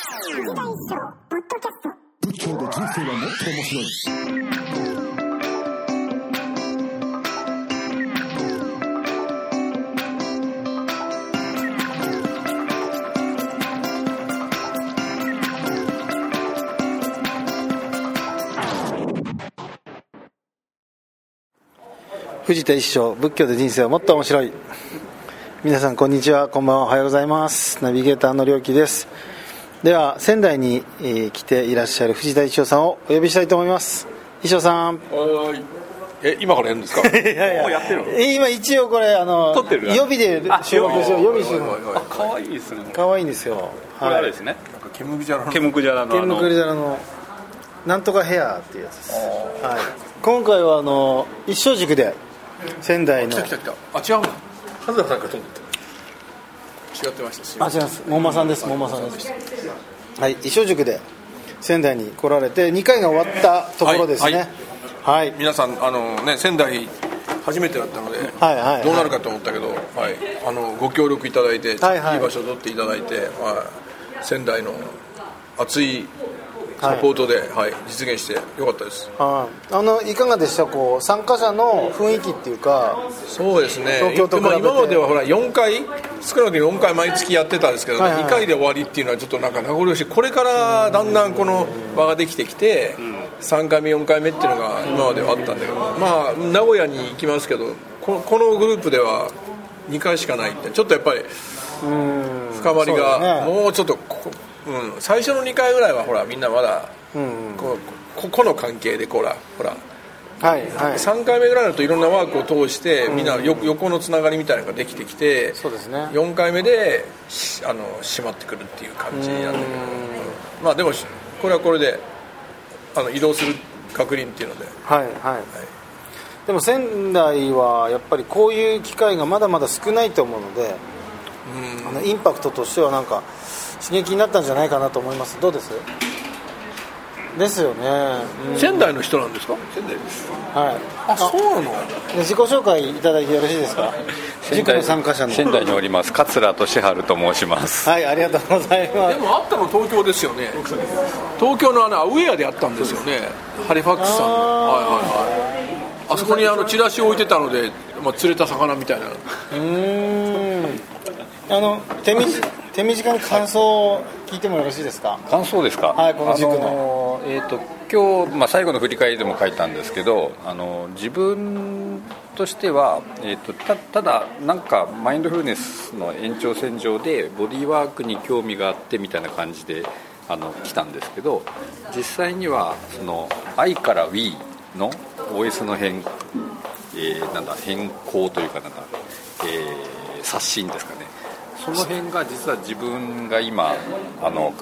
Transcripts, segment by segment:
劇団一生ポッドキャスト仏教で人生はもっと面白い。藤田一生仏教で人生はもっと面白い皆さんこんにちはこんばんはおはようございますナビゲーターの良樹ですでは仙台に、えー来ていらっしゃる藤田一生さんをお呼びしたいと思います一生さんはいえ今からやるんですか もうやってるの今一応これあの撮ってる予備で収録しよう予備収録あ可愛いですねかわいいんですよこれあれはいですねケムグジャラのケムクジャラのケあンムのクリジャラのなんとかヘアっていうやつです、はい、今回はあの一生塾で仙台の来た来たあ違うのハズダさんかと思った違ってましたすいあま違います門馬さんです門馬さんですはい衣装塾で仙台に来られて2回が終わったところですねはいせん皆さんあのね仙台初めてだったので、はいはいどうなるかと思ったけど、はい、あのご協力いただいて、はいはいい場所を取っていただいて、はい、仙台の熱いサポートで、はい実現してよかったですああのいかがでしたこう参加者の雰囲気っていうかそうですね東京と比べてでも今まではほら4回少なくとも4回毎月やってたんですけど、はいはい2回で終わりっていうのはちょっとなんか名残惜しいこれからだんだんこの場ができてきて3回目4回目っていうのが今まではあったんだけどまあ名古屋に行きますけどここのグループでは2回しかないってちょっとやっぱり深まりそうだがねもうちょっとここ、うん、最初の2回ぐらいはほらみんなまだうんこうここの関係でこらほらはいはい3回目ぐらいになるといろんなワークを通してみんなよ横のつながりみたいなのができてきてそうですね4回目でしあの締まってくるっていう感じなんだけどまあでもしこれはこれであの移動する確認っていうのではいはいでも仙台はやっぱりこういう機会がまだまだ少ないと思うのであのインパクトとしてはなんか刺激になったんじゃないかなと思いますどうですですよね、うん仙台の人なんですか仙台はいあそうなので自己紹介いただいてよろしいですか塾の参加者の仙台におります桂俊治と申します はいありがとうございまです もあったの東京ですよね東京のあのアウェアであったんですよねハリファックスさんのはいはいはいあそこにあのチラシを置いてたので、まあ、釣れた魚みたいなうーんあの手み手短に感想を聞いてもよろしいですか感想ですかはいこの塾のあのえーと今日、まあ、最後の振り返りでも書いたんですけどあの自分としては、えー、とたただなんかマインドフルネスの延長線上でボディーワークに興味があってみたいな感じであの来たんですけど実際にはその「I」から We の OS の変えーなんだ変更というかなんか、えー刷新ですかねその辺が実は自分が今あの、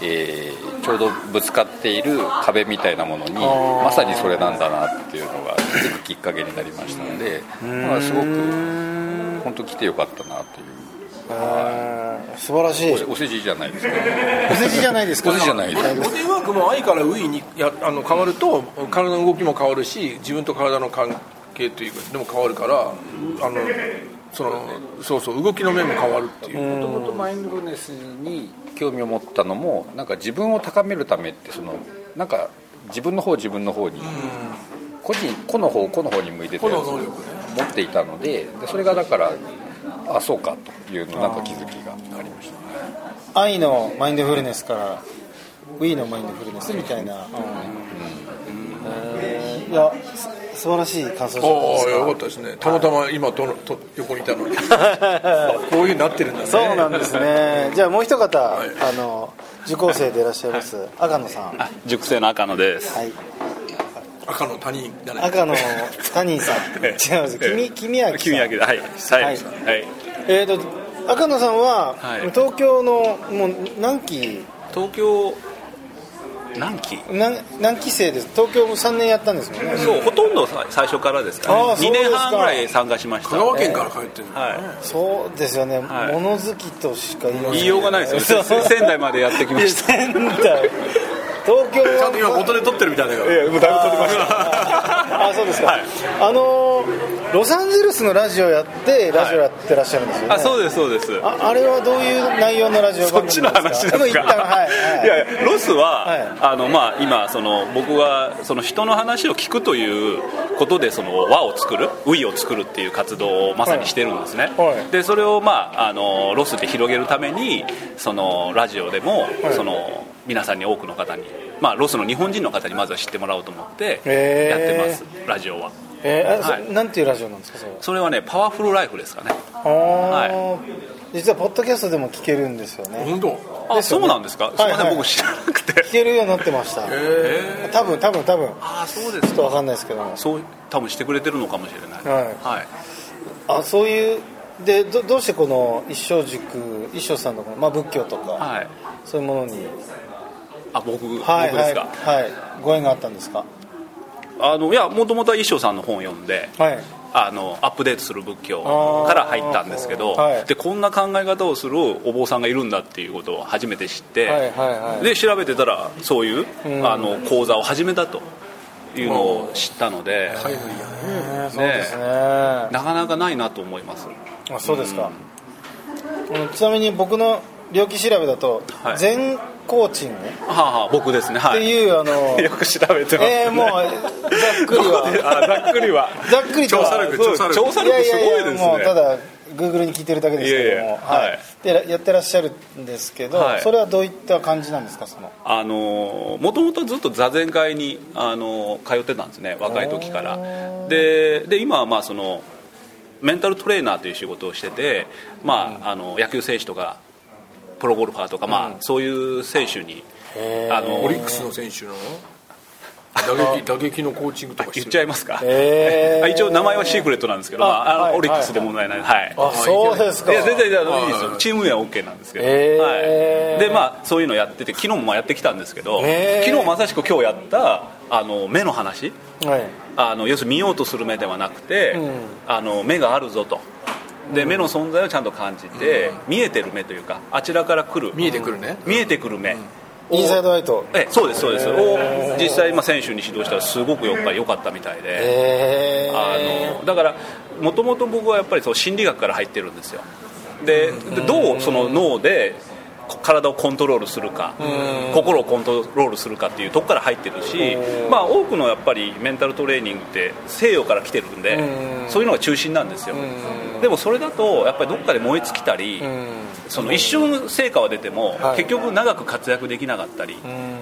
えーちょうどぶつかっている壁みたいなものにまさにそれなんだなっていうのが気づくきっかけになりましたので、まあ、すごく本当来てよかったなという素晴らしいお世辞じゃないですけどお世辞じゃないですかお世辞じゃないです ボディーワークも愛からウイにやあの変わると体の動きも変わるし自分と体の関係というかでも変わるからあのそのそうそう動きの面も変わるっていうもともとマインドフルネスに興味を持ったのもなんか自分を高めるためってそのなんか自分の方自分の方に個人個の方個の方に向いてたやつ個のを能力持っていたのででそれがだからあそうかというなんか気づきがありました愛のマインドフルネスから We のマインドフルネスみたいな、えーいやす素晴らしい感想じゃないであすあかよかったですねたまたま今とのと横にいた のにこういうなってるんだねそうなんですねじゃあもう一方、いあの受講生でいらっしゃいます赤野さんは熟成の赤野ですい赤の他人じゃない赤野タニーさん違うんです君君明さん君明ではいはいははいい、えー、と赤野さんは、はい東京のもう何期東京何期何何期生です東京も3年やったんですもんねそうほとんどさ最初からですかあねあ2そう年ですか半ぐらい参加しました香川県から帰ってるのはそうですよね、はい物好きとしか言いようい言いようがないですよそう仙台までやってきました仙台東京ちゃんと今元で撮ってるみたいだけどええもうだいぶ撮ってましたあそうですか、はいあのーロサンゼルスのラジオやってラジオやってらっしゃるんですよね、あそうですそうですああれはどういう内容のラジオそ番っ組ちの話ですか一旦はい、はいいやいやロスは、はいあのまあ、今その僕がその人の話を聞くということでその輪を作るウィを作るっていう活動をまさにしてるんですね、はいでそれを、まあ、あのロスで広げるためにそのラジオでも、その皆さんに多くの方に、まあ、ロスの日本人の方にまずは知ってもらおうと思ってへやっーてます、ラジオはえーあそはいなんていうラジオなんですかそれはそれはねパワフルライフですかねあー、実はポッドキャストでも聞けるんですよね、本当あですよそねうなんですか、いすいませんはい僕知らなくて聞けるようになってました、多分多分多分あそうでちょすっとわかんないですけどもそう多分してくれてるのかもしれなはいいはいあそういうでどどうしてこの一生塾一生さんのこの、まあ、仏教とか、はい、そういうものに、あ僕,、はい僕ではいすか、はい、ご縁があったんですかあのいやもともとは衣装さんの本を読んではいあのアップデートする仏教から入ったんですけど、あーはいでこんな考え方をするお坊さんがいるんだっていうことを初めて知って、はいはいはいで調べてたらそういう、んあの講座を始めたというのを知ったので、ねそうですねあなかなかないなと思いますそうですか、うんちなみに僕の猟奇調べだと、はい全コーチングっはあ、はあ、僕ですねはていいう、あのよく調べてます、ね、えー、もうざっくり はあざっくりはざっくりと調は査力調調査力いやいすやごいいやですねもうただグーグルに聞いてるだけですけどもいやいやははいい、でらやってらっしゃるんですけど、はいそれはどういった感じなんですかそのあのもともとずっと座禅会にあの通ってたんですね若い時からでで今はまあそのメンタルトレーナーという仕事をしてて、まあ、あの野球選手とかプロゴルファーとか、まあそういう選手にあのオリックスの選手の打撃打撃のコーチングとか言っちゃいいますか、へーあ一応名前はシークレットなんですけど、あまああのはいオリックスで問題ない、はい、あそうですかいや全然いはいやいいですよチーム名は OK なんですけど、へーはい、でまあそういうのやってて昨日もまあやってきたんですけどへー昨日まさしく今日やったあの目の話はいあの要するに見ようとする目ではなくて、んあの目があるぞとで目の存在をちゃんと感じて、見えてる目というかあちらから来る見えてくるね見えてくる目、インサイドアイトええそうですそうですを実際、まあ、選手に指導したらすごくやっぱり良かったみたいで。えあのだからもともと僕はやっぱりそう心理学から入ってるんですよででどうその脳でこ体をコントロールするか心をコントロールするかっていうとこから入ってるし、まあ、多くのやっぱりメンタルトレーニングって西洋から来てるんでそういうのが中心なんですよでもそれだとやっぱりどっかで燃え尽きたりその一瞬成果は出てもはい結局長く活躍できなかったり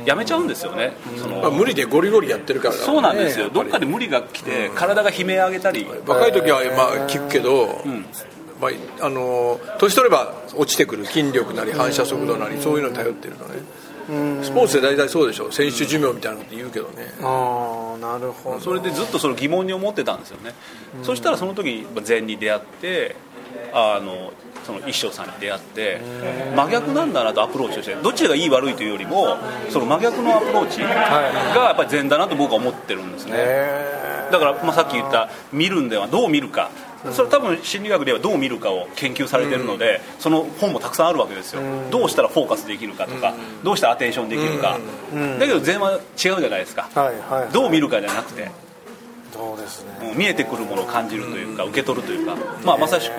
やめちゃうんですよねそのまあ、無理でゴリゴリやってるからだそうなんですよねどっかで無理が来て体が悲鳴上げたり若い時はまあ聞くけど、まあ、あの年取れば落ちてくる筋力なり反射速度なりそういうのに頼ってるのねスポーツで大体そうでしょ選手寿命みたいなこと言うけどねああなるほそれでずっとその疑問に思ってたんですよね、そしたらその時禅に出会ってあのその一生さんに出会って真逆なんだなとアプローチをしてどっちがいい悪いというよりもその真逆のアプローチがやっぱり禅だなと僕は思ってるんですね、だから、まあ、さっき言った見るんではどう見るかそれは多分心理学ではどう見るかを研究されてるので、その本もたくさんあるわけですよ、どうしたらフォーカスできるかとか、どうしたらアテンションできるか、だけど禅は違うじゃないですか、はいはいどう見るかじゃなくて、どうですねうん見えてくるものを感じるというか、受け取るというか、まあ、まさしく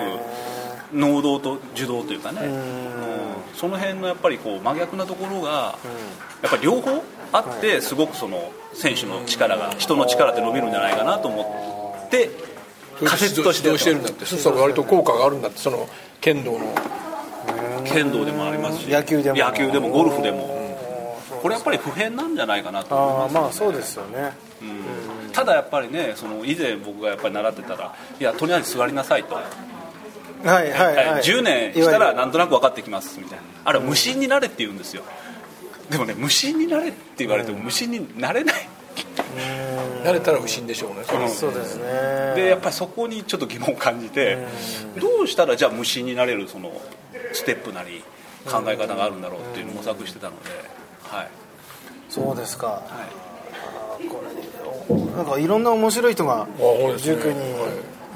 能動と受動というかね、うんその辺のやっぱりこう真逆なところが、やっぱり両方あってすごくその選手の力が人の力って伸びるんじゃないかなと思って仮説として指導してるんだってそしたら割と効果があるんだってその剣道の剣道でもありますし野球でも野球でもゴルフでも。これやっぱり普遍なんじゃないかなと思いますああまあそうですよねただやっぱりねその以前僕がやっぱり習ってたらいやとりあえず座りなさいとはいはいはい、はい、10年したらいわなんとなく分かってきますみたいなあれは無心になれって言うんですよでもね無心になれって言われても無心になれない慣れたら不審でしょうねゆるそうですねでやっぱりそこにちょっと疑問を感じてどうしたらじゃあ無心になれるそのステップなり考え方があるんだろうっていうのを模索してたので、はい、そうですか、あーこれなんかいろんな面白い人が塾に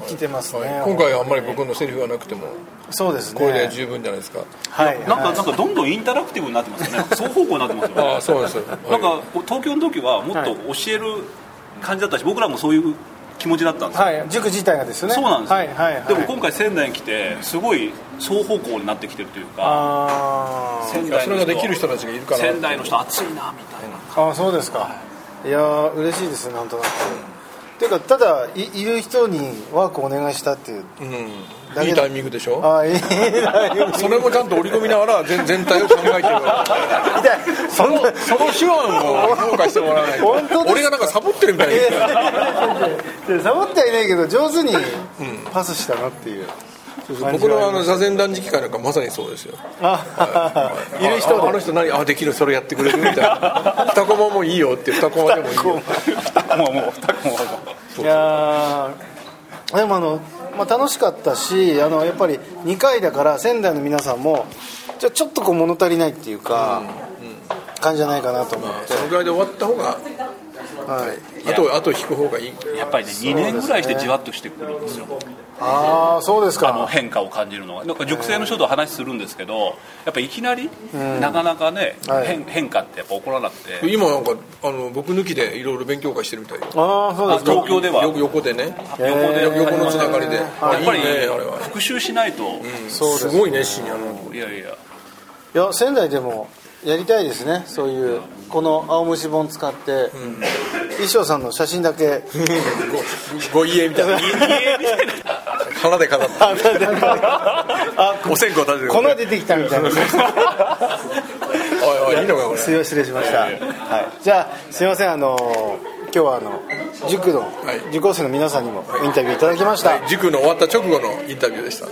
来てますね、今回はあんまり僕のセリフがなくてもそうですねこれで十分じゃないですかはいなんかはなんかどんどんインタラクティブになってますよ ね双方向になってますよねああそうなんですよなんかこう東京の時はもっと教える感じだったし僕らもそういう気持ちだったんですよ、い、はい、塾自体がですねそうなんですよ、はいはいはいでも今回仙台に来てすごい双方向になってきてるというかあー仙いや台そのれが人できる人たちがいるから仙台の人熱いなみたいなあーそうですかいやー嬉しいですなんとなくていうかただいいる人にワークお願いしたっていううん、いいタイミングでしょああいいだよ それもちゃんと織り込みながら全全体を考えてるそのその手腕を評価してもらわないと本当ですか俺がなんかサボってるみたいにサボってはいないけど上手にパスしたなっていう感じ僕のはあの座禅断食会なんかまさにそうですよあいる人ああの人何あできるそれやってくれるみたい な二コマもいいよって二コマでもいいよもうもう二個もいやーでもあの、まあ、楽しかったしあのやっぱり2回だから仙台の皆さんもじゃあちょっとこう物足りないっていうか、感じじゃないかなと思ってそ、のぐらいで終わった方がはい、あとあと引く方がいいやっぱりね2年ぐらいしてじわっとしてくるんですよああそうですあのか変化を感じるのがなんか熟成の人と話するんですけどやっぱいきなりなかなかね、はい変変化ってやっぱ起こらなくて今なんかあの僕抜きでいろいろ勉強会してるみたいよああそうですか東京ではよ横でね横で横のつながりで、やっぱりいいねあれは復習しないと、そうですすごいね深夜のいやいやいや仙台でもやりたいですねそういうこの青虫本使って、衣装さんの写真だ けご家みたいな 花で飾 ったお線香立てて粉出てきたみたいなおいおいいいのかこれすいません失礼しました、はい、じゃあすいませんあのー今日はあの塾の、い受講生の皆さんにもインタビューいただきましたはい、塾の終わった直後のインタビューでした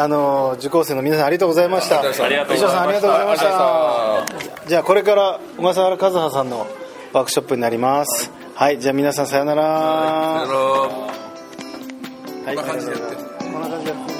あのー受講生の皆さんありがとうございましたありがとうございました衣装さんありがとうございましたじゃあこれから小笠原和葉さんのワークショップになりますはいじゃあ皆さんさようならあのはいこんな感じでやってるこんな感じでやってる